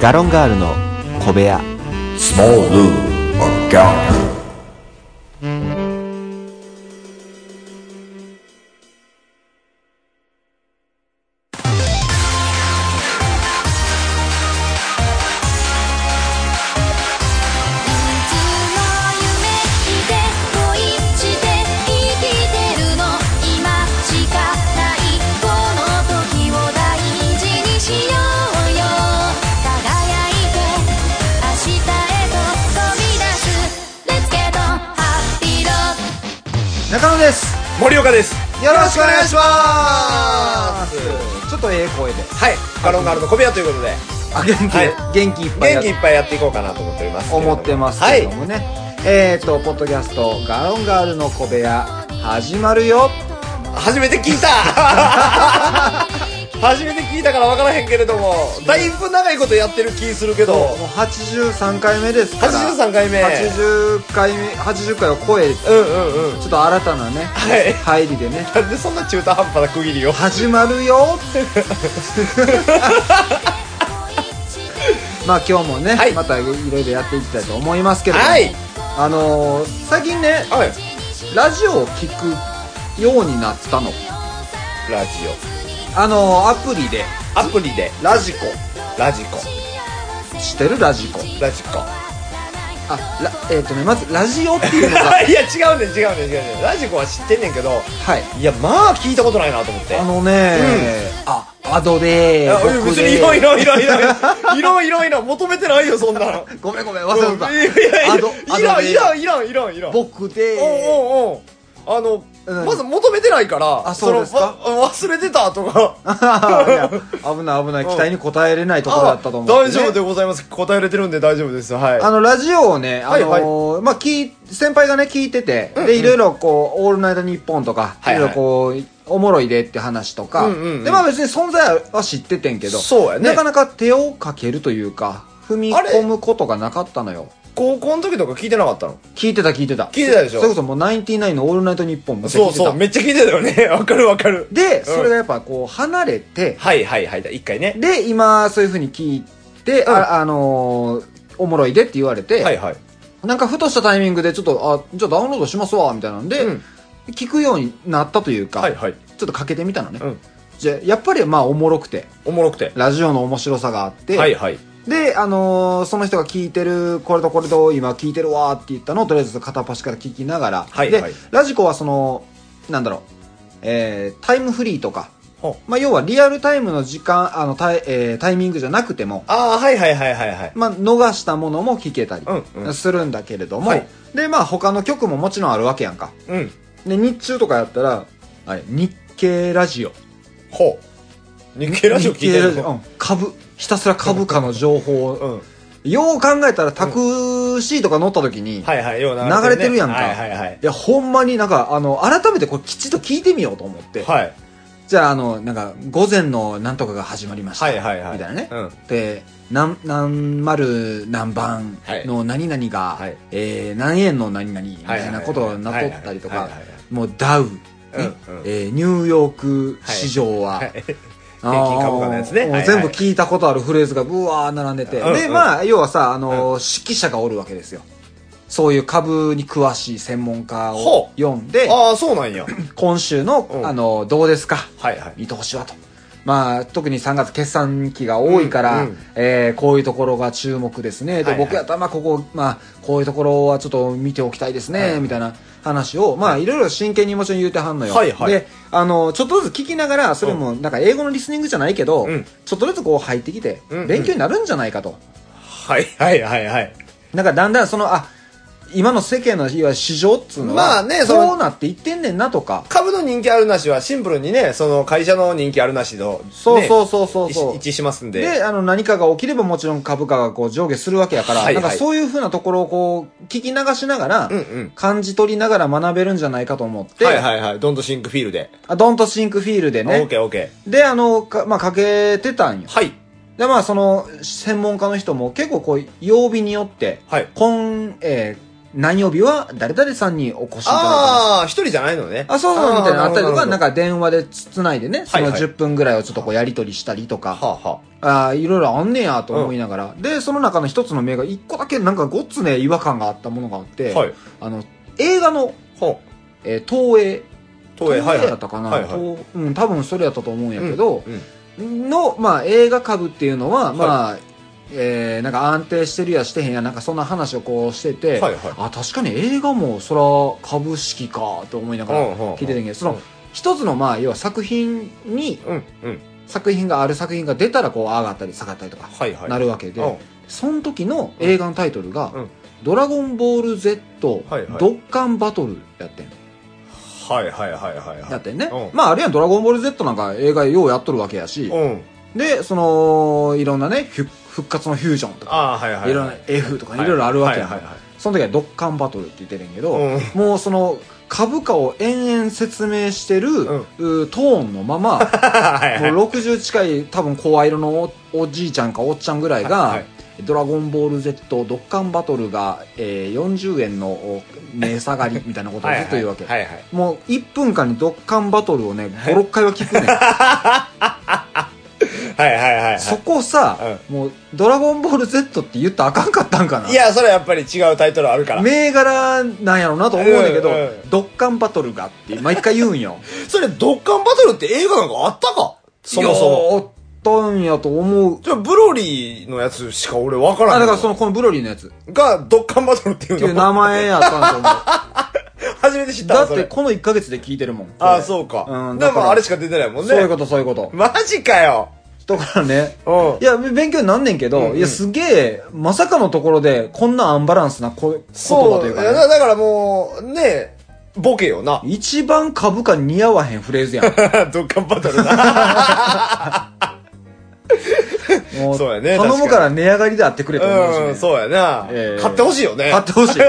ガロンガールの小部屋 Small Lou or Gallo. いつも夢見て恋して生きてるの今しかないこの時を大事にしようよ輝いて明日へと飛び出す Let's get on Happy Road 中野です森岡ですよろしくお願いしまはすちょっとええ声でいガロンガールの小部屋ということであ元気、は元気いっぱいや元気いっぱいやっていこうかなと思っておりますけれども思ってますはけれいどもね、えっ、とポッドキャスト「ガロンガールの小部屋」始まるよ初めて聞い た初めて聞いたから分からへんけれどもだいぶ長いことやってる気するけどもう83回目ですから83回目80回目80回を超えうんうんうんちょっと新たなね、はい入りでねなんでそんな中途半端な区切りを始ま るよまあ今日もね、はいまたいろいろやっていきたいと思いますけれども、はいあのー最近ねはいラジオを聞くようになったのラジあのーアプリでオアプリでラジコラジコ知ってるラジコラジコあらえっ、とねまずラジオっていう のが いや違うねん違うねん違うねんラジコは知ってんねんけどはいいやまあ聞いたことないなと思ってあのね、あアドであ僕別でにいろいろいろいろいろいろいろいろ求めてないよそんなのごめんごめん忘れてた、いやいやアいドアやドいでらんいらんいらんいらんいらん僕でおうおうおうあの、うんまず求めてないからあそうですかのわ忘れてたとか いや危ない危ない期待に応えれないところだったと思う、あ大丈夫でございます答えれてるんで大丈夫ですはいあのラジオをね、あのーはいまあ、聞い先輩がね聞いてて、でいろいろこう「オールナイトニッポン」とか、はいいはいろいろこうおもろいでって話とか、うんうんうんでまあ別に存在は知っててんけどそうやねなかなか手をかけるというか踏み込むことがなかったのよ高校の時とか聞いてなかったの聞いてた聞いてた聞いてたでしょそれこそもう「ナインティナイン」の「オールナイトニッポン」もそうてたそうめっちゃ聞いてたよね わかるわかるでうんそれがやっぱこう離れて、はいはいはい一回ねで今そういうふうに聞いて、ああのーおもろいでって言われて、はいはいなんかふとしたタイミングでちょっと、あ、じゃあダウンロードしますわ、みたいなんで、うん聞くようになったというか、はいちょはいっとかけてみたのね。うんじゃあやっぱりまあおもろくて、おもろくてラジオの面白さがあって、はいはいで、あのーその人が聞いてる、これとこれと今聞いてるわーって言ったのをとりあえず片っ端から聞きながら、はいではい、ラジコはその、なんだろう、えー、タイムフリーとか、ほまあ要はリアルタイムの時間、あのタイ,、えータイミングじゃなくても、ああはいはいはいはいはいまあ、逃したものも聞けたりうんうんするんだけれども、はいで、まあ、他の曲ももちろんあるわけやんか。うんで、日中とかやったら、あれ、日経ラジオ。ほう日経ラジオ聞いてる日経ラジオうん。株。ひたすら株価の情報うを。んよう考えたら、タクシーとか乗った時に、はいはいよう流れてるやんか。はいはいはいいや、ほんまになんか、あの、改めてこれきちっと聞いてみようと思って。はいじゃあ、あの、なんか、午前のなんとかが始まりました。はいはいはいみたいなね。うんで、なん、なん、丸何番の何々が、はいえー、何円の何々みたいなことをなっとったりとはかいはいはいはいはい、もうダウ、ねうんうんえーニューヨーク市場は、はいあー平均株価のやつねもうはいはい全部聞いたことあるフレーズがブワー並んでうて、んで、うんまあ、要はさ、あのー、指揮者がおるわけですよ。そういう株に詳しい専門家をほう読んで、ああそうなんや今週の、うんあのどうですか、はいはい見通しはと。まあ、特に3月決算期が多いから、うんうんえーこういうところが注目ですね。はいはで、い僕やったら、まあ、ここ、まあ、こういうところはちょっと見ておきたいですね、はいはいみたいな話を、まあ、いろいろ真剣にもちろん言うてはんのよ。はいはいで、あの、ちょっとずつ聞きながら、それも、なんか英語のリスニングじゃないけど、うんちょっとずつこう入ってきてうんう、ん勉強になるんじゃないかと。はいはいはいはいなんかだんだんその、あ、今の世間の、いわゆる市場っつうのは、まあねそのそうなっていってんねんなとか、株の人気あるなしはシンプルにねその会社の人気あるなしのそうそうねそうそうそう、一一致しますんでで、あの、何かが起きればもちろん株価がこう上下するわけやから、はいはいなんかそういうふうなところをこう、聞き流しながら、うんうん感じ取りながら学べるんじゃないかと思って、はいはいはいドントシンクフィールであドントシンクフィールオでーね、ケーオーケで、あの、かまあ、かけてたんよー。はいで、まあ、その、専門家の人も結構こう、曜日によって、はい今、えー何曜日は誰々さんにお越しいただきます。ああ一人じゃないのねあ、そうそう、みたいなのあったりとか、なんかか電話でつつないでね、そのはいはい10分ぐらいをちょっとこうやり取りしたりとか、はあはああいろいろあんねやと思いながら、でその中の一つの名が一個だけなんかごっつね違和感があったものがあって、はいあの映画の、ほえー東映う東映はいはいやったかな、はいはい東うん、多分それやったと思うんやけど、うんうんの、まあ、映画株っていうのは、まあえーなんか安定してるやしてへんやなんかそんな話をこうしてて、はいはいあ確かに映画もそら株式かと思いながうんらうんうん聞いてたんやけどその一つのまあ要は作品にうんうん作品がある作品が出たらこう上がったり下がったりとかはいはいなるるわけで、うんその時の映画のタイトルが「うんドラゴンボール Z ドはいはいッカンバトル」やってんはいはいはいはいやはってんね、うんまああれやん「ドラゴンボール Z」なんか映画ようやっとるわけやしい、うんでそのいろんなねフュ復活のフュージョンとかああはいはいはいいろんな F とかいろいろあるわけやんはいはいはいその時は「ドッカンバトル」って言ってるんやけど、うんもうその株価を延々説明してる、んうートーンのままはいはいもう60近い多分声色のおおじいちゃんかおっちゃんぐらいが「はいドラゴンボール Z ドッカンバトルが」えー40円のお値下がりみたいなことをずっと言うわけはいはいはいもう1分間にドッカンバトルをね56回は聞くねんはいはいはいはいそこさ、もう「ドラゴンボール Z」って言ったらあかんかったんかないやそれはやっぱり違うタイトルあるから銘柄なんやろうなと思うんだけど、うんうんドッカンバトルがって毎回言うんよそれドッカンバトルって映画なんかあったか そもそもいやおったんやと思うじゃあブロリーのやつしか俺分からあんだのからそのこのブロリーのやつっがドッカンバトルっていうていうの名前やったんと思う初めて知っただわっそてれこの1ヶ月で聞いてるもんああそうかうんでだからもあれしか出てないもんねそういうことそういうことマジかよだからねうんいや勉強になんねんけど、うんうんいやすげえまさかのところでこんなアンバランスなこ言葉そといううか、だね、だからもうねボケよ な一番株価に似合わへんフレーズやん ドッカンバトルなもそうやね頼むから値上がりであってくれと思うし、ねうん そうやなええ買ってほしいよね買ってほしい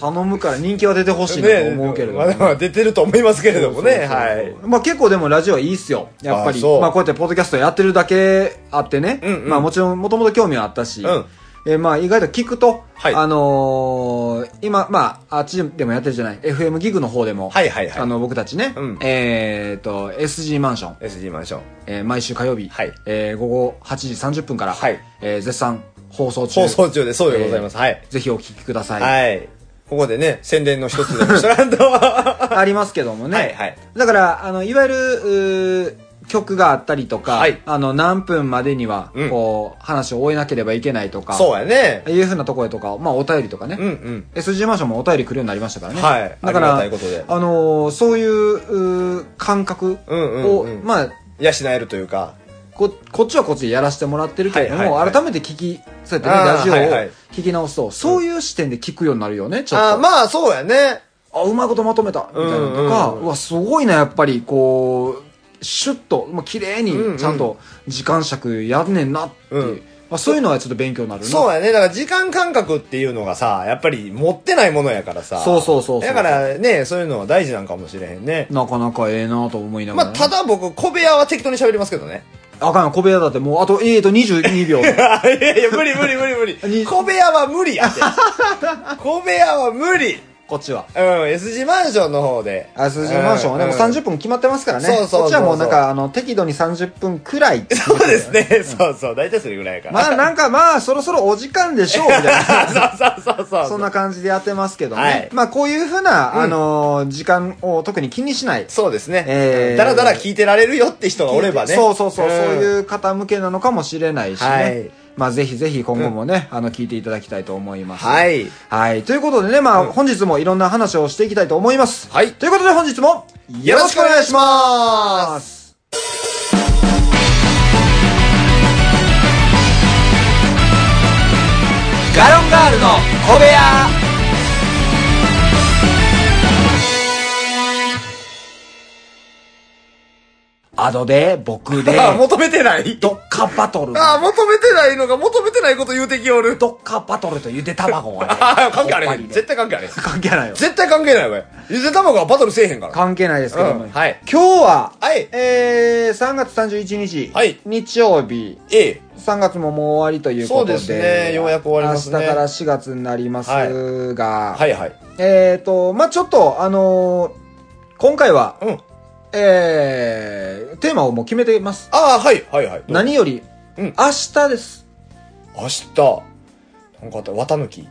頼むから人気は出てほしいなと思うけれども、まだまだ出てると思いますけれどもねはいまあ結構でもラジオはいいっすよ。やっぱり。あそうまあこうやってポッドキャストやってるだけあってね。うんうんまあもちろんもともと興味はあったし。うんえーまあ意外と聞くと、はいあのー今、まああっちでもやってるじゃない、FM ギグの方でも、はいはいはいあの僕たちね、うんえーっと、SG マンション、 SG マンションえー毎週火曜日、はいえー午後8時30分から、はいえー絶賛放送中。放送中でそうでございますえーはいぜひお聞きください。はいここでね宣伝の一つでもしとらんと ありますけどもね。はいはいだから、あの、いわゆる、うー曲があったりとか、はいあの、何分までには、うんこう、話を終えなければいけないとか、そうやねいうふうなところとか、まあ、お便りとかね。うんうん。 SG マンションもお便り来るようになりましたからね。はいだから、ありがたいことであのーそういう、うー感覚を、うんうんうんまあ、養えるというかここっちはこっちでやらせてもらってるけれども、はいはいはい改めて聞き、そうやあーってはいね、ラジオはいを聞き直すと、そういう視点で聞くようになるよね、ちょっと。あまあそうやねあ、うまいことまとめたみたいなのとか、うんううんわ、すごいな、やっぱり、こう、シュッと、まあ、綺麗うんうに、んちゃんと、時間尺やんねんなっていう、うんまあ、そういうのはちょっと勉強になるな。そうやね。だから時間感覚っていうのがさ、やっぱり持ってないものやからさ。そうそうそうそうだからね、そういうのは大事なんかもしれへんね。なかなかええなと思いなまがら、あ、ただ僕、小部屋は適当に喋りますけどね。 あかん、小部屋だってもう、あと、ええと22秒。いやいや、無理無理無理 無理。に小部屋は無理やって。小部屋は無理。こっちは。うん、S 字マンションの方で。あ、数字マンションはね、うんもう30分決まってますからね。そうそうそうこっちはもうなんか、あの、適度に30分く らい。そうですね。そうそう。大体それぐらいやから。まあ、なんか、まあ、そろそろお時間でしょう、みたい な。そうそうそうそう。そんな感じでやってますけどね。はいまあ、こういうふうな、うんあのー時間を特に気にしない。そうですね。えーだらだら聞いてられるよって人がおればね。そうそうそう、んそういう方向けなのかもしれないしね。はいまあ、ぜひぜひ今後もね、あの、聞いていただきたいと思います。はい。はい。ということでね、まあ、うん本日もいろんな話をしていきたいと思います。はいということで本日も、よろしくお願いしま。ますす。ガロンガールの小部屋アドで、僕 で、あ、求めてないドッカバトル。ああ、求めてないのが求めてないこと言うてきおる。。ドッカバトルとゆで卵はね ああ、関係あれへほっぱりん。で絶対関係あれへん。関係ないよ。絶対関係ないわよ。ゆで卵はバトルせえへんから。関係ないですけども、うんはい今日は、はいえー、3月31日、はい日曜日、ええ。 3月ももう終わりということで、そうですねようやく終わりますね明日から4月になりますが、はいはい。えーと、まあちょっと、あのー今回は、うん。えー、テーマをもう決めています。ああ、はいはいはい。何より、うん明日です。明日、なんかあった、綿抜き。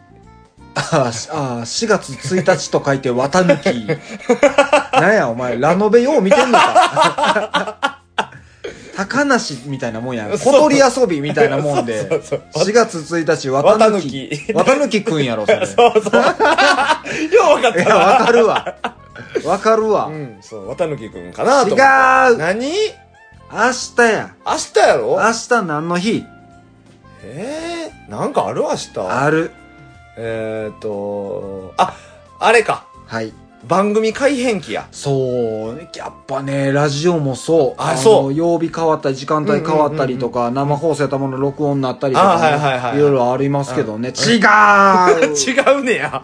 あーしあー、4月1日と書いて、綿抜き。 なんや、お前、ラノベよう見てんのか。 高梨みたいなもんやん。小鳥遊びみたいなもんで。そうそうそう4月1日、綿抜き。綿綿抜きくんやろ、そ れ。そうそう。よう分かっいたや、な。わかるわ。わかるわ。う明ん、そう、綿貫くんかなと思って。違う何日や。明日やろ明日何の日えー、なんかある明日。ある。えーと、あ、あれか。はい。番組改編期や。そう、やっぱね、ラジオもそう。あのそう曜日変わったり、時間帯変わったりとか、生放送やったもの録音になったりとあか、はいはいはいはいいろいろありますけどね。 違う違うねや。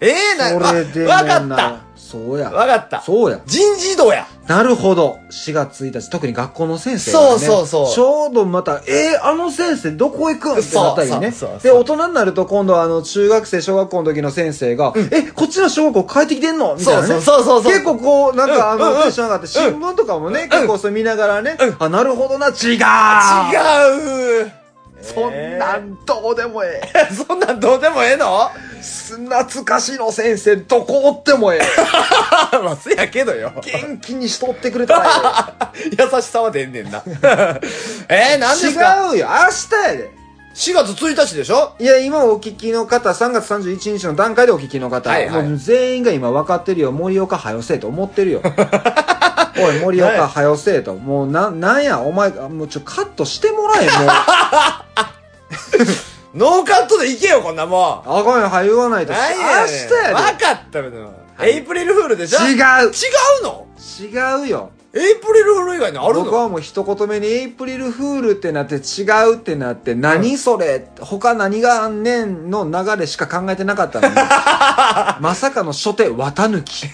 えー、な、これでねわかっなた。そうや。わかった。そうや。人事異動や。なるほど。4月1日、特に学校の先生が、ね。そうそうそうちょうどまた、えー、あの先生どこ行くんってなったりね。そうそうそうで、大人になると今度はあの、中学生、小学校の時の先生が、え、こっちの小学校帰ってきてんのみたいな、ね。そうそうそうそうそう結構こう、なんかあうんうんの、うんテンション上がって、新聞とかもね、結構そう見ながらね、あ、なるほどな、違う違う違う。そんなんどうでもええ そんなんどうでもええの え。す懐かしの先生、どこおってもええ。まあ、せやけどよ。元気にしとってくれたら 優しさは出んねんな。 えー、えなんですかえ。違うよ、明日やで。 ?4 月1日でしょいや、今お聞きの方、3月31日の段階でお聞きの方、はいはいもう全員が今分かってるよ。森岡はよせえと思って るよ。おい、森岡はよせえと。もう、な、なんや、お前、もうちょ、カットして もらえ、もう。ノーカットでいけよ、こんなもん。あかんよ、は言わないと。明何日ねんやわかったのよ。エイプリルフールでしょ違で。うの違う違うよ。エイプリルフール以外にあるの僕はもう一言目にエイプリルフールってなって違うってなって何それ、他何があんねんの流れしか考えてな かったのにまさかの初手綿抜き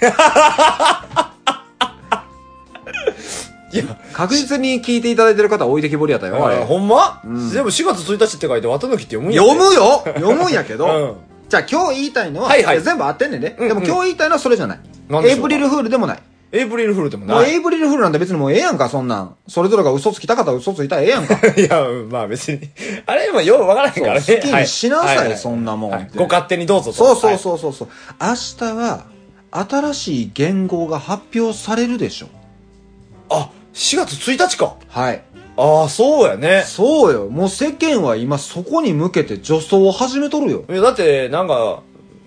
いや、確実に聞いていただいてる方は置いてきぼりやったよあれほんま、でも4月1日って書いて、綿抜きって読むんやで読 むよ読むんやけど、うんじゃあ今日言いたいのは、はいはいや全部合ってんねんね、んうんでも今日言いたいのはそれじゃない何でしょうエイかプリルフールでもないエイプリルフールでももうない。エイプリルフールなんて別にもうええやんかそんなんそれぞれが嘘つきたかったら嘘ついたらええやんか いや、まあ別に。あれ、今ようわからへんからね。そう好きにしなさいははそんなもんはいご勝手にどうぞとそうそうそうそうそう、明日は新しい言語が発表されるでしょはいあ、4月1日か。はいああ、そうやね。そうよもう世間は今そこに向けて助走を始めとるよいやだって、なんか、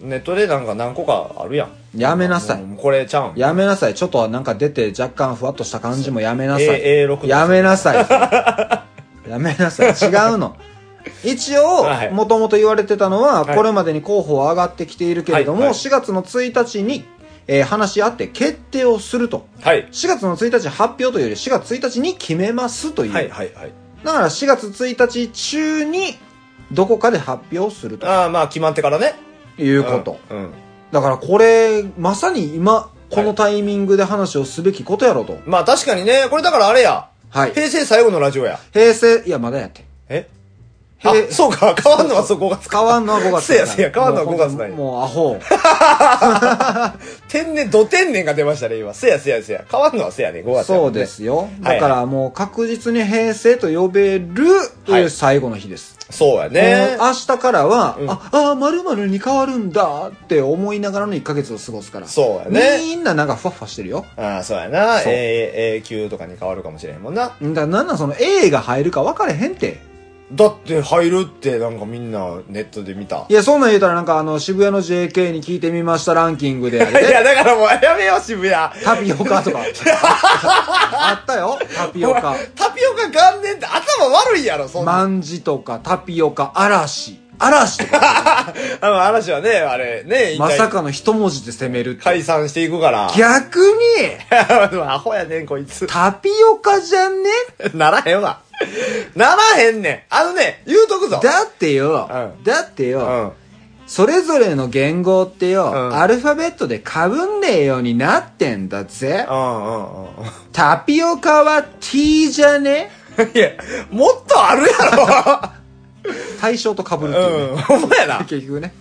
ネットでなんか何個かあるやん。やめなさいもうこれちゃうん。やめなさい。ちょっとはなんか出て若干ふわっとした感じもやめなさい。 A- A6 のやめなさ い。やめなさい。違うの。一応はい、もともと言われてたのは、はいこれまでに候補は上がってきているけれども、はいはい4月の1日に、えー話し合って決定をすると。はい。 4月の1日発表というより4月1日に決めますという。はいはいはい。だから4月1日中に、どこかで発表するとああ、まあ決まってからね。いうこと。うん。うんだからこれ、まさに今、このタイミングで話をすべきことやろうと。まあ確かにね、これだからあれや。はい。平成最後のラジオや。平成、いや、まだやって。えあへ、そうか。 変わんのはそこが変わんのは5月せやせや変わんのは5月なんやもうもうアホ。天然、土天然が出ましたね、今。せやせやせや。変わんのはせやね、5月、そうで。すよ。はいだからもう確実に平成と呼べるとはいいう最後の日です。そうやねも。う明日からは、うんあ、あー、〇〇に変わるんだって思いながらの1ヶ月を過ごすから。そうやね。みんななんかふわふわしてるよ。ああ、そうやな。そう A、A 級とかに変わるかもしれへんもんな。だからなんなんその A が入るか分かれへんって。だって入るってなんかみんなネットで見た。いや、そんなん言うたらなんかあの、渋谷の JK に聞いてみましたランキングでや いで。や、だからもうやめよう、渋谷。タピオカ とか。あったよ、タピオほ。からタピオカ元年って頭悪いやろ、そんな。万字とかタピオカ、嵐。嵐とか。あの、嵐はね、あれ、ね、引退まさかの一文字で攻めるって。解散していくから。逆に、アホやねん、こいつ。タピオカじゃねならへんわ。ならへんねん。あのね、言うとくぞ。だってよ、うだってよ、うん。それぞれの言語ってよ、んアルファベットでかぶんねえようになってんだぜ。うんうんうん。タピオカは T じゃねいや、もっとあるや対象とかぶるっていうろ。うね。ん、ほんまやな。結局ね。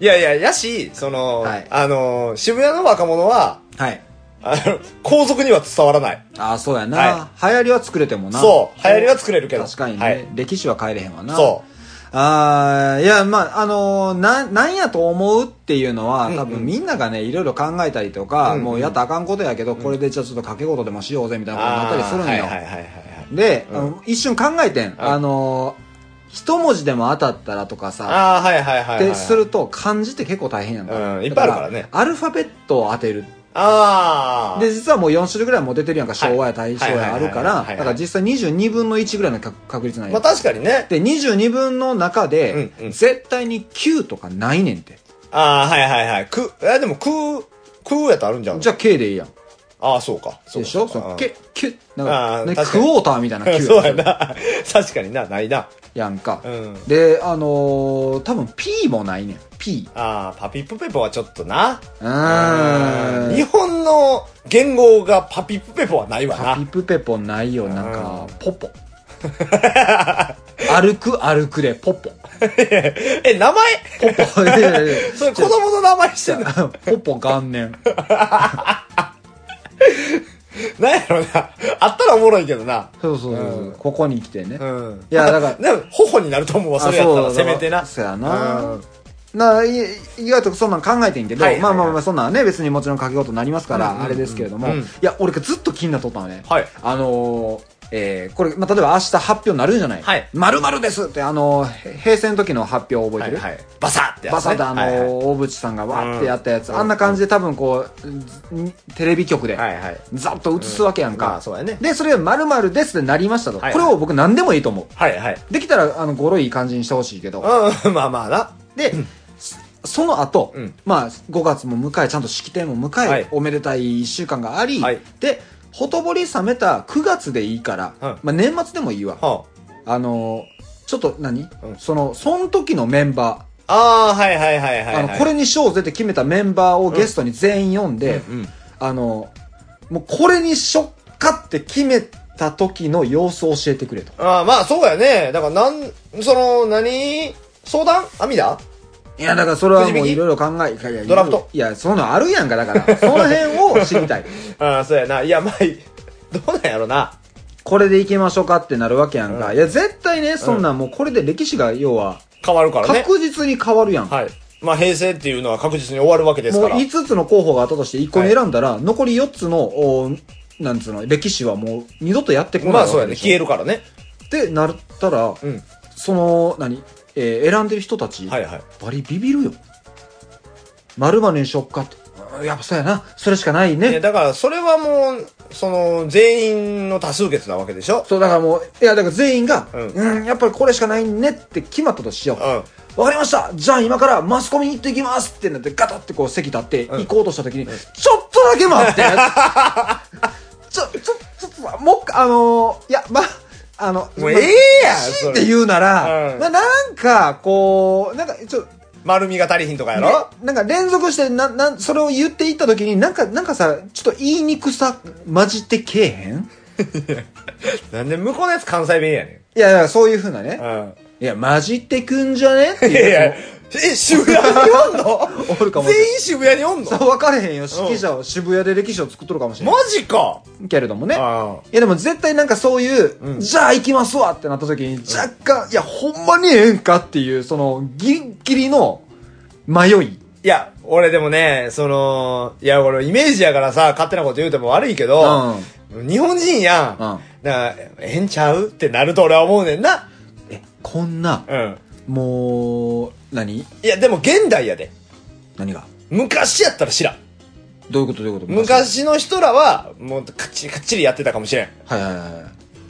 いやいや、やし、その、はいあの、渋谷の若者は、はい。あの皇族には伝わらないああそうやはな、流行りは作れてもなそう流行りは作れるけど確かにね、はい歴史は変えれへんわなそああいやまああのーななんやと思うっていうのは多分みんながねいろいろ考えたりとか、うんうんもうやったらあかんことやけど、これでじゃあちょっと掛け事でもしようぜみたいなことになったりするんよ、はいはいはいはいで、あの一瞬考えてん、んあのー一文字でも当たったらとかさああーはいはいはいっはいてすると漢字って結構大変やんか、うんいっぱいあるからねだアルファベットを当てるああで実はもう4種類ぐらいもう出てるやんか昭和や大正やあるかはいはいらはいはいはいだから実際22分の1ぐらいの確確率なんまあや確かにねで22分の中でうんうん絶対に9とかないねんてああはいはいはいくえでもくくやったらあるんじゃんじゃあ K でいいやんああそうかそうでかしょそそうか のうん K キュッあなーんかね確かクにォーターみたいな Q そうやな確かになないなやんかうんであのー多分 P もないねん P ああパピプペポはちょっとなうーん日本の言語がパピプペポはないわパなピプペポないよなんかうポポ歩く歩くでポポ え名前ポ ポいやいやいやそれ子供の名前してんのポポ元年なんやろなあったらおもろいけどなそうそうそうそう、ここに来てね、うんいやだからでも頬になると思うわそれやったらせめてなそうやうなんない意外とそんなん考えてんけど、はいはいまはあいまあまあそんなんね別にもちろん書き事になりますかうんうんうらんあれですけれども、うんいや俺がずっと気になっとったのね、はいあのーえーこれ、まあ、例えば明日発表になるんじゃないはいまるまるですって、あのーへ平成の時の発表を覚えてる、はいはいバサってやつねバサッとあのーはいはい大渕さんがわーってやったやつ、うんあんな感じで多分こう、んテレビ局で、はいはいざっと映すわけやんか。まあそうやねで、それが〇〇ですってなりましたと。はいこれを僕何でもいいと思う。はいはいできたら、あの、ゴロいい感じにしてほしいけど。うん まあまあなで、そその後、うんまあ、5月も迎え、ちゃんと式典も迎え、はいおめでたい1週間があり、はいで、ほとぼり冷めた9月でいいから、うんまあ年末でもいいわ。はあのーちょっと何、うんその、その時のメンバー、ああーはいはいはいはいはいあの、これにしようぜって決めたメンバーをゲストに全員呼んで、うんあのーもうこれにしよっかって決めた時の様子を教えてくれと。ああまあそうやねだからなんその何相談網だいや、だからそれはくじも引うきいろいろ考え、いやいやドラフトいや、そんなんあるやんか、だから。その辺を知り たい。ああそうやないやまあい どうなんやろなこれでいきましょうかってなるわけやんか。ういや、絶対ね、そんなんもうこれで歴史が、要は、変わるからね確実に変わるやん。はいまあ平成っていうのは確実に終わるわけですもうから5つの候補があったとして1個に選んだら、残り4つの、おなんつうの、歴史はもう二度とやってこないまわあけそうやねでしょ消えるからねってなったら、うんその、何えー選んでる人たち、はいはいバリビビるよ。丸々にしよっかと。うんやっぱそうやな。それしかないね。いやだからそれはもうその全員の多数決なわけでしょそう、だからもう、いや、だから全員が、うんうん、やっぱりこれしかないねって決まったとしよう。うんわかりましたじゃあ今からマスコミに行ってきますってなって、ガタってこう席立ってうん行こうとした時に、ちょっとだけ 待って。ちょ、ちょ、ちょっと待って、もう一回、あのーいや、ま、あの、もうええやんしそれって言うなら、うんまあ、なんか、こう、なんか、ちょ、丸みが足りひんとかやねろ、なんか連続してな、なん、それを言っていった時に、なんか、なんかさ、ちょっと言いにくさ混じってけえへんなんで向こうのやつ関西弁やねいや、だからそういうふうなねん。、うんいや、混じってくんじゃねっていいうやい や、え、渋 谷におんのおるかもしれん全員渋谷におんの そう、分かれへんよ。指揮者を、渋谷で歴史を作っとるかもしれなマジかい。けれどもね。あいや、でも絶対なんかそういう、うんじゃあ行きますわってなった時に、若干、いや、ほんまにええんかっていう、その、ギリギリの迷い。いや、俺でもね、その、いや、俺イメージやからさ、勝手なこと言うても悪いけど、日本人やん。うんだから、ええんちゃうってなると俺は思うねんな。え、こんな、うん。もう、何いや、でも現代やで。何が昔やったら知らん。どういうことどういうこと昔の人らは、もう、かっちりかっちりやってたかもしれん。はいはいはいはい。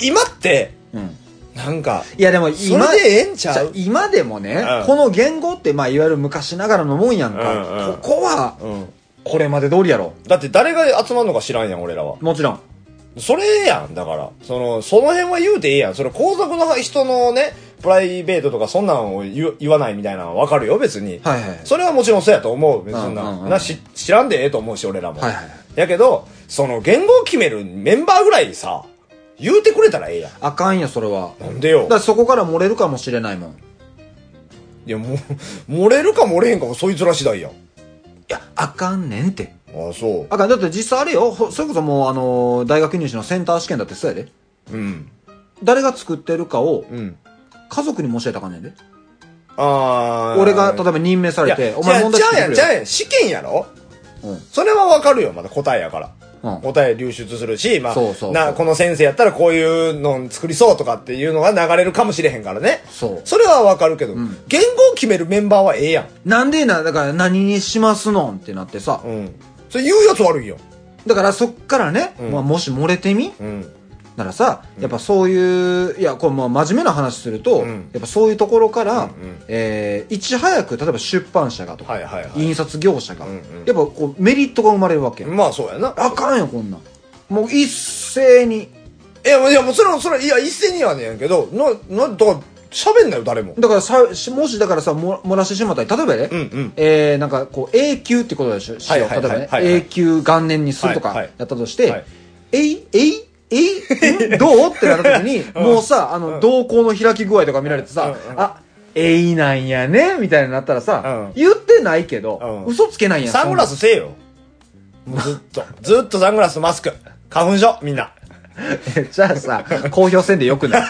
今って、うん。なんか、いやでもそ今、れでええんちじゃゃあう今でもね、うんこの言語って、まあ、いわゆる昔ながらのもんやんか。うんうんここは、うん。これまで通りやろ。だって誰が集まんのか知らんやん、俺らは。もちろん。それやん、だから。その、その辺は言うてええやん。それ、皇族の人のね、プライベートとかそんなんを言う言わないみたいなのはわかるよ、別に。はいはいそれはもちろんそうやと思う。別にうんそんな、うんうんなし知らんでええと思うし、俺らも。はいはいはいやけど、その、言語を決めるメンバーぐらいさ、言うてくれたらええやん。あかんよ、それは。なんでよだか。らそこから漏れるかもしれないもん。いいや、もう、漏れるか漏れへんかも、そいつら次第やん。や、あかんねんって。あ、そう。あかん、だって実際あれよ、ほそれこそもうあのー大学入試のセンター試験だってそうやで。うん。誰が作ってるかをうん。家族にも教えたらあかんねんで。ああ。俺が、例えば任命さいれやて、お前問題じゃあじゃあ作ってやくん、れじゃあよ。やん、試験やろうんそれはわかるよ、まだ答えやから。うん答え流出するし、まあそうそうそうな、この先生やったらこういうの作りそうとかっていうのが流れるかもしれへんからね。そうそれはわかるけど、ん言語を決めるメンバーはええやん。なんでな、だから何にしますのんってなってさ。うん。それ言うやつ悪いよ。だからそっからね、うんまあ、もし漏れてみうん。ならさ、やっぱそういう、いや、これまあ真面目な話すると、うんやっぱそういうところから、うんうんえーいち早く、例えば出版社がとか、はいはいはい印刷業者が、うんうんやっぱこうメリットが生まれるわけやん、まあそうやな。あかんよ、こんなん。もう一斉に。いや、いや、もうそれは、それは、いや、一斉にはねやんけど、な、な、だから、喋んなよ、誰も。だからさ、しもしだからさ、も漏らしてしまったり、例えばね、うんうんえー、なんかこう、永久ってことでしょ、しようはいはいはい例えばはいね、はい永久元年にするとかはいはやいったとして、はいえい、えい、え い、んどうってなった時に、もうさ、あの、瞳孔の開き具合とか見られてさ、うんうんあ、えいなんやね、みたいになったらさ、うん言ってないけど、うん嘘つけないやん。サングラスせえよ。もうずっと。ずっとサングラス、マスク。花粉症、みんな。そんな じゃあさ、公表せんでよ くない。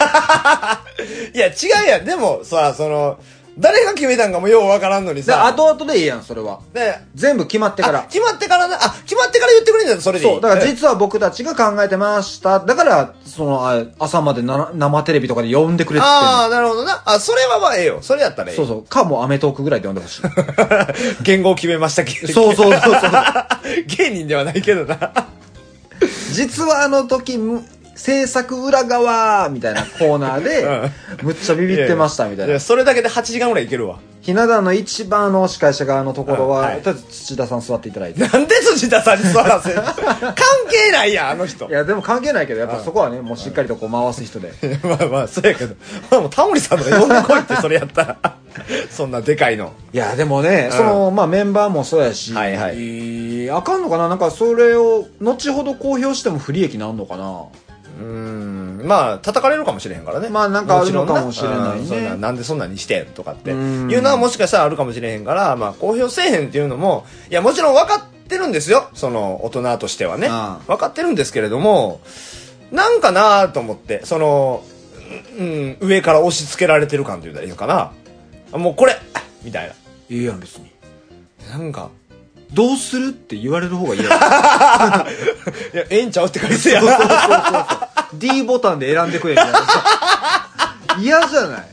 いや、違うやん。でも、さ、その、誰が決めたんかもようわからんのにじゃさ。あ、後々でいいやん、それは。で、全部決まってだか。から決まってからな、あ、決まってから言ってくれんじゃん、それでいい。そう、だからえ実は僕たちが考えてました。だから、その、あ朝までな生テレビとかで呼んでくれって言ってんのああ、なるほどな。あ、それはまあええよ。それやったらええ。そうそう。か、もうアメトークぐらいで呼んでほ しい。 言語を決めましたけど。そうそうそうそう。 芸人ではないけどな。実はあの時、む制作裏側みたいなコーナー で、むっちゃビビってましたみたいやなや。それだけで8時間ぐらいいけるわ。ひな壇の一番の司会者側のところうんは、はいとりあえず土田さん座っていた だいなて。んで辻田さんに座ら せる関係ないやん、あの人い。や、でも関係ないけど、やっぱそこはね、もうしっかりとこう回す人で。まあまあ、そうやけど。まあもうタモリさんとか呼んでこいって、それやったら。そんなでかいの。いや、でもね、その、まあメンバーもそうやし、はいはいえーあかんのかななんかそれを、後ほど公表しても不利益なんのかなうーん。まあ、叩かれるかもしれへんからね。まあなんかあるのかもちろんしれないねうんそんななんでそんなにしてんとかって。いうーんうのはもしかしたらあるかもしれへんから、まあ、公表せえへんっていうのも、いや、もちろん分かってるんですよ。その、大人としてはね。あ分かってるんですけれども、なんかなと思って、その、うん、上から押し付けられてる感というたらいいのかな。あもうこれみたいな。いいやん、別に。なんか、どうするって言われる方がいいやん。いや、ええんちゃうって感じや。そうそうそうそう D ボタンで選んでくれみたいな嫌じゃない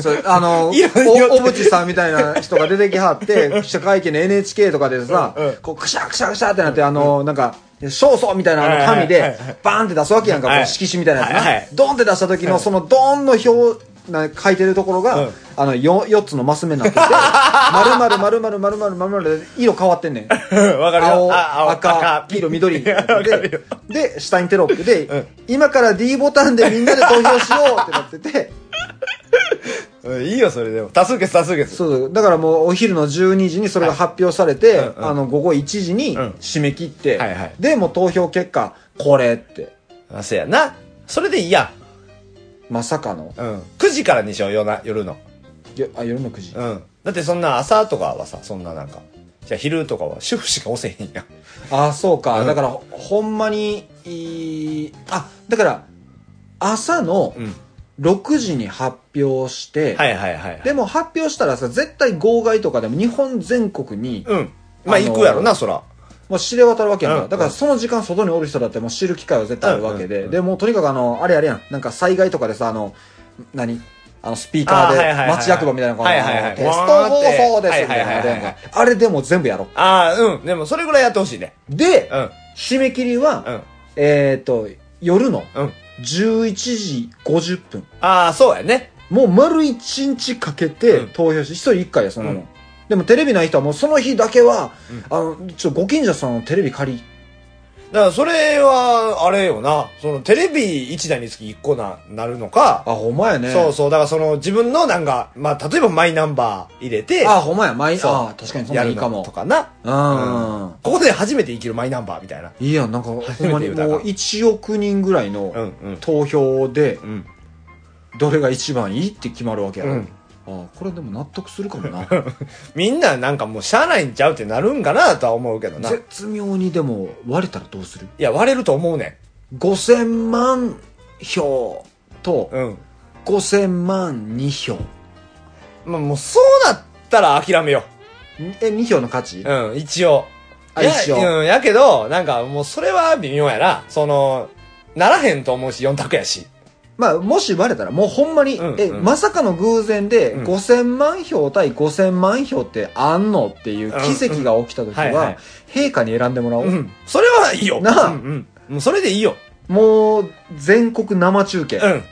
そうあのおいやいや小渕さんみたいな人が出てきはって記者会見の NHK とかでさ、うんうんこうクシャクシャクシャってなってあのなんか勝訴みたいなあの紙はいではいはいバーンって出すわけやんか、はいこう色紙みたいなやつな、はいはいドンって出した時のそのドンの表な書いてるところが、うんあの 4, 四つのマス目に なってて丸々丸々丸々丸々で色変わってんねん わかるよ。青、あ赤、黄色、緑。い やわかるよで、で下にテロップで、うん今から D ボタンでみんなで投票しようってなって て、うんいいよ、それでも。多数決、多数決。そうそうだからもうお昼の12時にそれが発表されて、うんうんあの、午後1時にうん締め切って、はいはいで、もう投票結果、これって、あ、そうやな。それでいいや。まさかの、うん。9時からにしよう、夜な、夜の。よあ、夜の9時。うん。だってそんな朝とかはさ、そんななんか。じゃあ昼とかは主婦しか押せへんやん。ああ、そうか。うんだから、ほんまに、いいあ、だから、朝のうん。 6時に発表して、はいはいはい。でも発表したらさ、絶対号外とかでも日本全国に、うん。まああのー行くやろな、そら。もう知れ渡るわけやんか、うんだからその時間外におる人だってもう知る機会は絶対あるわけで、うんうんうんでもうとにかくあのあれあれやんなんか災害とかでさあの何あのスピーカあーはいーはいはでいはい町役場みたいなのがはいはいはいあのテスト放送ですみたいなはいはいはいはいのでやんかあれでも全部やろうああ、うん。でもそれぐらいやってほしいね。で、うん。締め切りは、うん。えっ、と夜のうん。 11時50分ああ、そうやね。もう丸1日かけうてん投票して、一人一回やそんなの、うんでもテレビない人はもうその日だけは、うんあのちょご近所さんのテレビ借りだからそれは、あれよな。そのテレビ1台につき1個な、なるのか。あほんまやねそうそう。だからその自分のなんか、まあ例えばマイナンバー入れて。あ、ほんまや、マイ、そうあ確かにそんなやんるいいかのもと。かな。うん。ここで初めて生きるマイナンバーみたいな。いいやん、なんか、ほんま に初めて言うたらもう1億人ぐらいのん投票でう、ん。どれが一番いいって決まるわけやうろん。ああこれでも納得するかもなみんななんかもうしゃあないんちゃうってなるんかなとは思うけど な。い絶妙にでも割れたらどうするや、割れると思うね5000万票とん。うん。 5000万2票まあもうそうなったら諦めよえ2票の価値う。うん、一応。あや一う応ん、やけど、なんかもうそれは微妙やな。その、ならへんと思うし、4択やし。まあもし割れたらもうほんまに、うんえうんまさかの偶然でうん5000万票対5000万票ってあんのっていう奇跡が起きたう時んうんはいははい陛下に選んでもらおう、うん。それはいいよ。なあうん、うん。もうそれでいいよ。もう全国生中継、うん。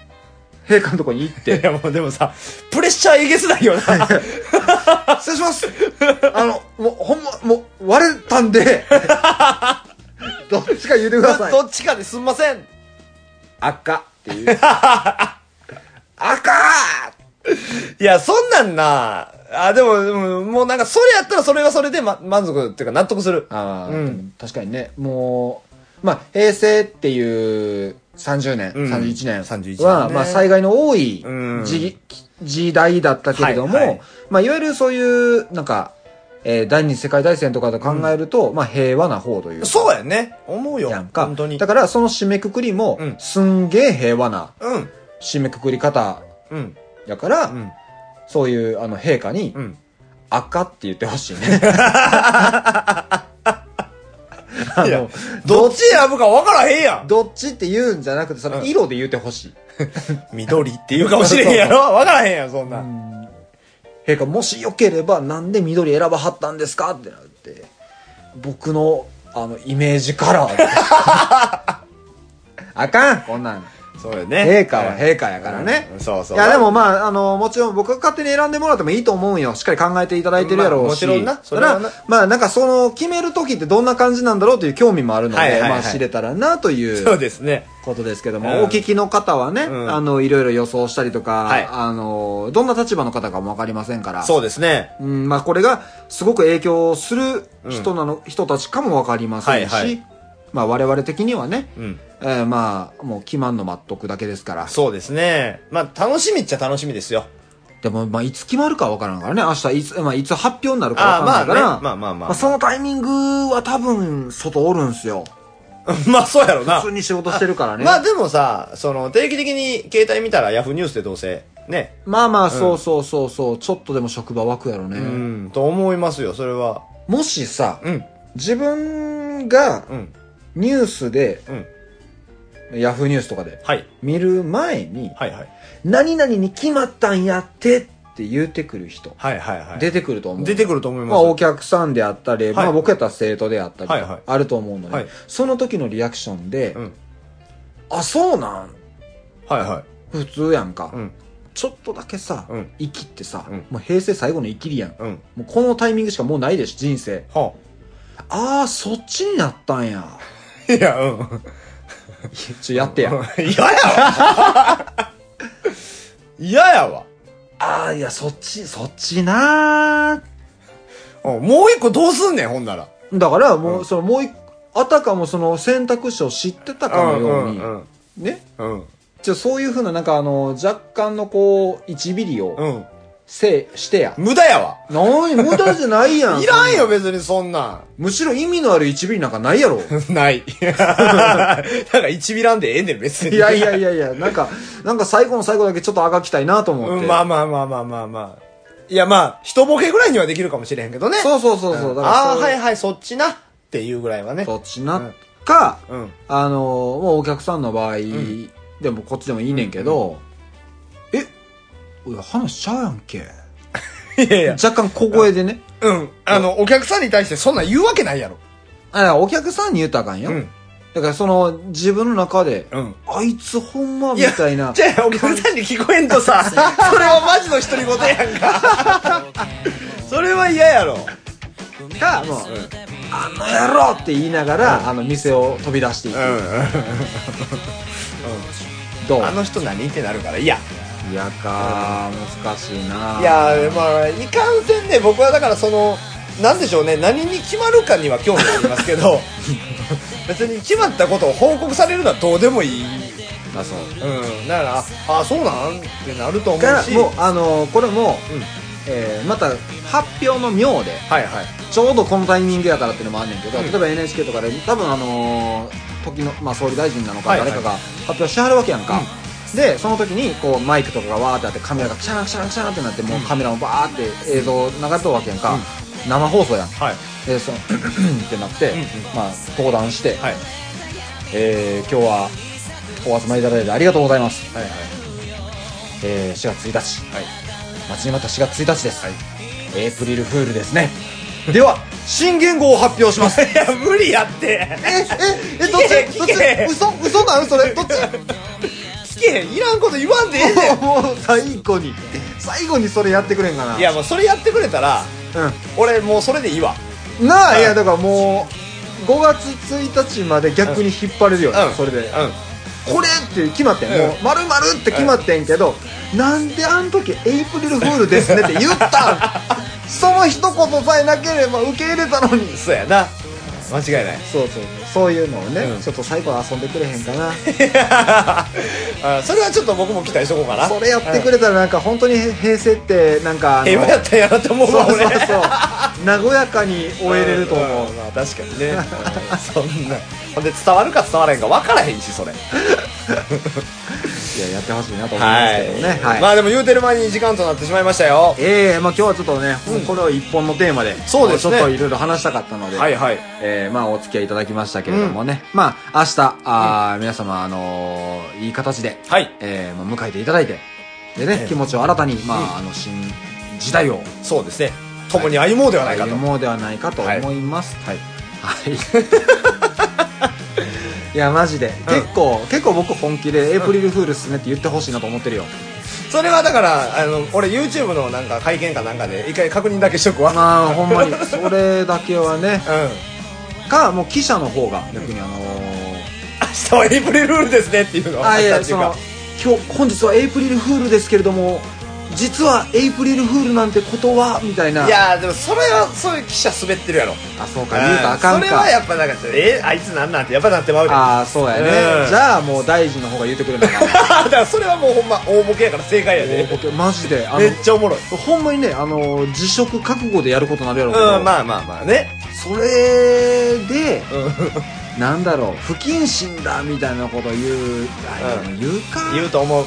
陛下のとこに行 っいてやもうでもさ、プレッシャーえげつないよな。 「失礼しますあのもうほんまもう割れたんで どっちか言うてください」どっちかですんません。赤っていう 赤いや、そんなんな、あ、でも、でももうなんか、それやったらそれはそれで、ま、満足っていうか納得する。ああ、うん確かにねもうまあ平成っていう30年、うん31 31年年は、ねまあ、災害の多いうん時,、時代だったけれども、はいいはいまあ、いわゆるそういうなんか、えー第二次世界大戦とかと考えると、まあ、平和な方というかそうやね。思うよ。やんか本当に。だからその締めくくりも、うんすんげえ平和なうん。締めくくり方うん。やから、うん。そういうあの陛下に、うん。赤って言ってほしいね。あいやの、どっち選ぶか分からへんやん。どっちって言うんじゃなくて、その色で言ってほしい。緑って言うかもしれへんやろ。分からへんやん、そんな。陛下、もしよければ、なんで緑選ばはったんですかってなって、僕の、あの、イメージカラーであかんこんなん。そうやね。陛下は陛下やからね。うんそうそ。いうや、でもまあ、あの、もちろん僕が勝手に選んでもらってもいいと思うんよ。しっかり考えていただいてるやろうし。まあもちろんなそそれれはなまあ、なんかその、決める時ってどんな感じなんだろうという興味もあるので、はいはいはいまあ、知れたらなといそううですね。ことですけども、うんお聞きの方はね、うんあの、いろいろ予想したりとか、はいあの、どんな立場の方かもわかりませんから。そうですね。うん、まあ、これが、すごく影響する人なの、人たちかもわかりませんし、はいはいまあ、我々的にはね、うん。えーまあ、もう、決まんの待っとくだけですから。そうですね。まあ、楽しみっちゃ楽しみですよ。でも、まあ、いつ決まるかわからんからね。明日、いつ、まあ、いつ発表になるかああ、わまかあんね。ないかまら。あまあまあまあそのタイミングは多分、外おるんすよ。まあ。 まあ、そうやろな普通。に仕事してるからね。まあでもさ、その、定期的に携帯見たらヤフーニュースでどうせ、ね。まあまあ、そうそうそうそう。ちょっとでも職場湧くやろね。うん、と思いますよ、それは。もしさ、うん、自分がうん、ニュースで、うん。ヤフーニュースとかで、はい、見る前に、はい、はい。何々に決まったんやってって言うてくる人、はい、はい、はい。出てくると思う。出てくると思いままあ、す。お客さんであったり、いまあ、僕やったら生徒であったり、はいはいあると思うので、はいその時のリアクションで、うんあ、そうなんはい、はい。普通やんか、うん、ちょっとだけさ、うん生きってさ、うんもう平成最後の生きりやん。うん。もうこのタイミングしかもうないでしょ、人生。はああ、そっちになったんや。あ。いや、うん。いやちょ、やってや。あ 嫌やわ 嫌やわ。あー、いや、そっち、そっちなー。うんもう一個どうすんねん、ほんなら。だから、もう、うんその、もう一あたかもその選択肢を知ってたかのように、うん、ね。うん、じゃそういうふうな、なんかあの、若干のこう、1ビリを、うん。せ、してや。無駄やわ。なに、無駄じゃ ないやん。いらんそよ、な。別にそんなん。むしろ意味のある1ビリなんか ないやろ。 ない。なんか一ビランでええねん、別に。いやいやいやいや、なんか、なんか最後の最後だけちょっとあがきたいなと思っうて。ん、まあまあまあまあまあまあ。いやまあ、人ボケぐらいにはできるかもしれへんけどね。そうそうそうそう。だからああ、そうはいはい、そっちな。っていうぐらいはね。どっちなか、うん。あのー、もうお客さんの場合、んでもこっちでもいいねんけど、え、おい話しちゃうやんけ。いやいや、若干小声でね。うん。あの、お客さんに対してそんなん言うわけないやろ。あ、だからお客さんに言ったらあかんよ。うん。だからその、自分の中で、うん。あいつほんまみたいな。じゃあ、お客さんに聞こえんとさ、それはマジの独り言やんか。それは嫌やろ。か、もう、あの野郎って言いながら、あの、店を飛び出していく。 どうあの人何ってなるから、いや。いやか難しいないやーまあいかんせんね僕はだからそのなんでしょうね何に決まるかには興味 ありますけど別に決まったことを報告されるのはどうでもいいあそううんだからああそうなんってなると思うからしもうあのーこれも、うんえーまた発表の妙ではいはいちょうどこのタイミングやからっていうのもあんねんけど、うん例えば NHK とかで多分あのー時の、まあ、総理大臣なのかはいはい誰かが発表しはるわけやんか、でその時にこうマイクとかがわーってあってカメラがシャランシャランシャランってなってもうカメラもバーって映像流れとるわけやんか、うん生放送やんはいでその ってなって、うんうんまあ、登壇して、はいえー今日はお集まりいただいてありがとうございます、はいはいえー4月1日、はい待ちに待った4月1日です、エイプリルフールですねでは新言語を発表します えいや無理やってええどっ聞ちけどっ聞けち嘘嘘なのそれどっち聞けへんいらんこと言わんでええね もう最後に最後にそれやってくれんかなんいやもうそれやってくれたら俺もうそれでいいわうんなあうんいやだからもう5月1日まで逆に引っ張れるよね、うんそれでう、んこれって決まってん、うんもう丸々って決まってんけど、なんであの時エイプリルフールですねって言ったんその一言さえなければ受け入れたのにそうやな間違いない そうそうそういうのをね、うんちょっと最後は遊んでくれへんかなあそれはちょっと僕も期待しとこうかなそれやってくれたらなんか本当に平成ってなんかあの平和やったんやなと思うそうわそう俺そう和やかに終えれると思う、んまあ確かにね うんそんなほんで伝わるか伝わらへんか分からへんしそれいややってほしいなと思いまはすけどい、ね、はいまあでも言うてる間に時間となってしまいましたよええまあ今日はちょっとね、うんこれを一本のテーマでそうですねちょっといろいろ話したかったので、はいはいえーまあお付き合いいただきましたけれどもね、まあ明日あー、皆様あのーいい形で、はいえーまあ迎えていただいてでね、ええ気持ちを新たにまあ、あの新時代をそうですね共に歩もうではないかと、歩もうではないかとはい思いますはいはい、い、 やマジで、結構結構僕本気でエイプリルフールっすねって言ってほしいなと思ってるよ、それはだからあの俺 YouTube のなんか会見かなんかで一回確認だけしとくわ、まあほんまにそれだけはねうんかもう記者の方が逆にあのー明日はエイプリルフールですねっていうのをあい明日やっていそうのか今日本日はエイプリルフールですけれども実はエイプリルフールなんてことはみたいないやーでもそれはそういう記者滑ってるやろあそうか言うとあかんそれはかやっぱなんかえあいつなんなんってやっぱなってまうであああそうやねうんじゃあもう大臣の方が言ってくれなあ かんだからそれはもうほんま大ボケやから正解や大でボケマジであめっのちゃおもろいほんまにねあの辞職覚悟でやることになるやろうけど、うんまあまあまあねそれでうんなんだろう不謹慎だみたいなこと言うあう言うか言うと思う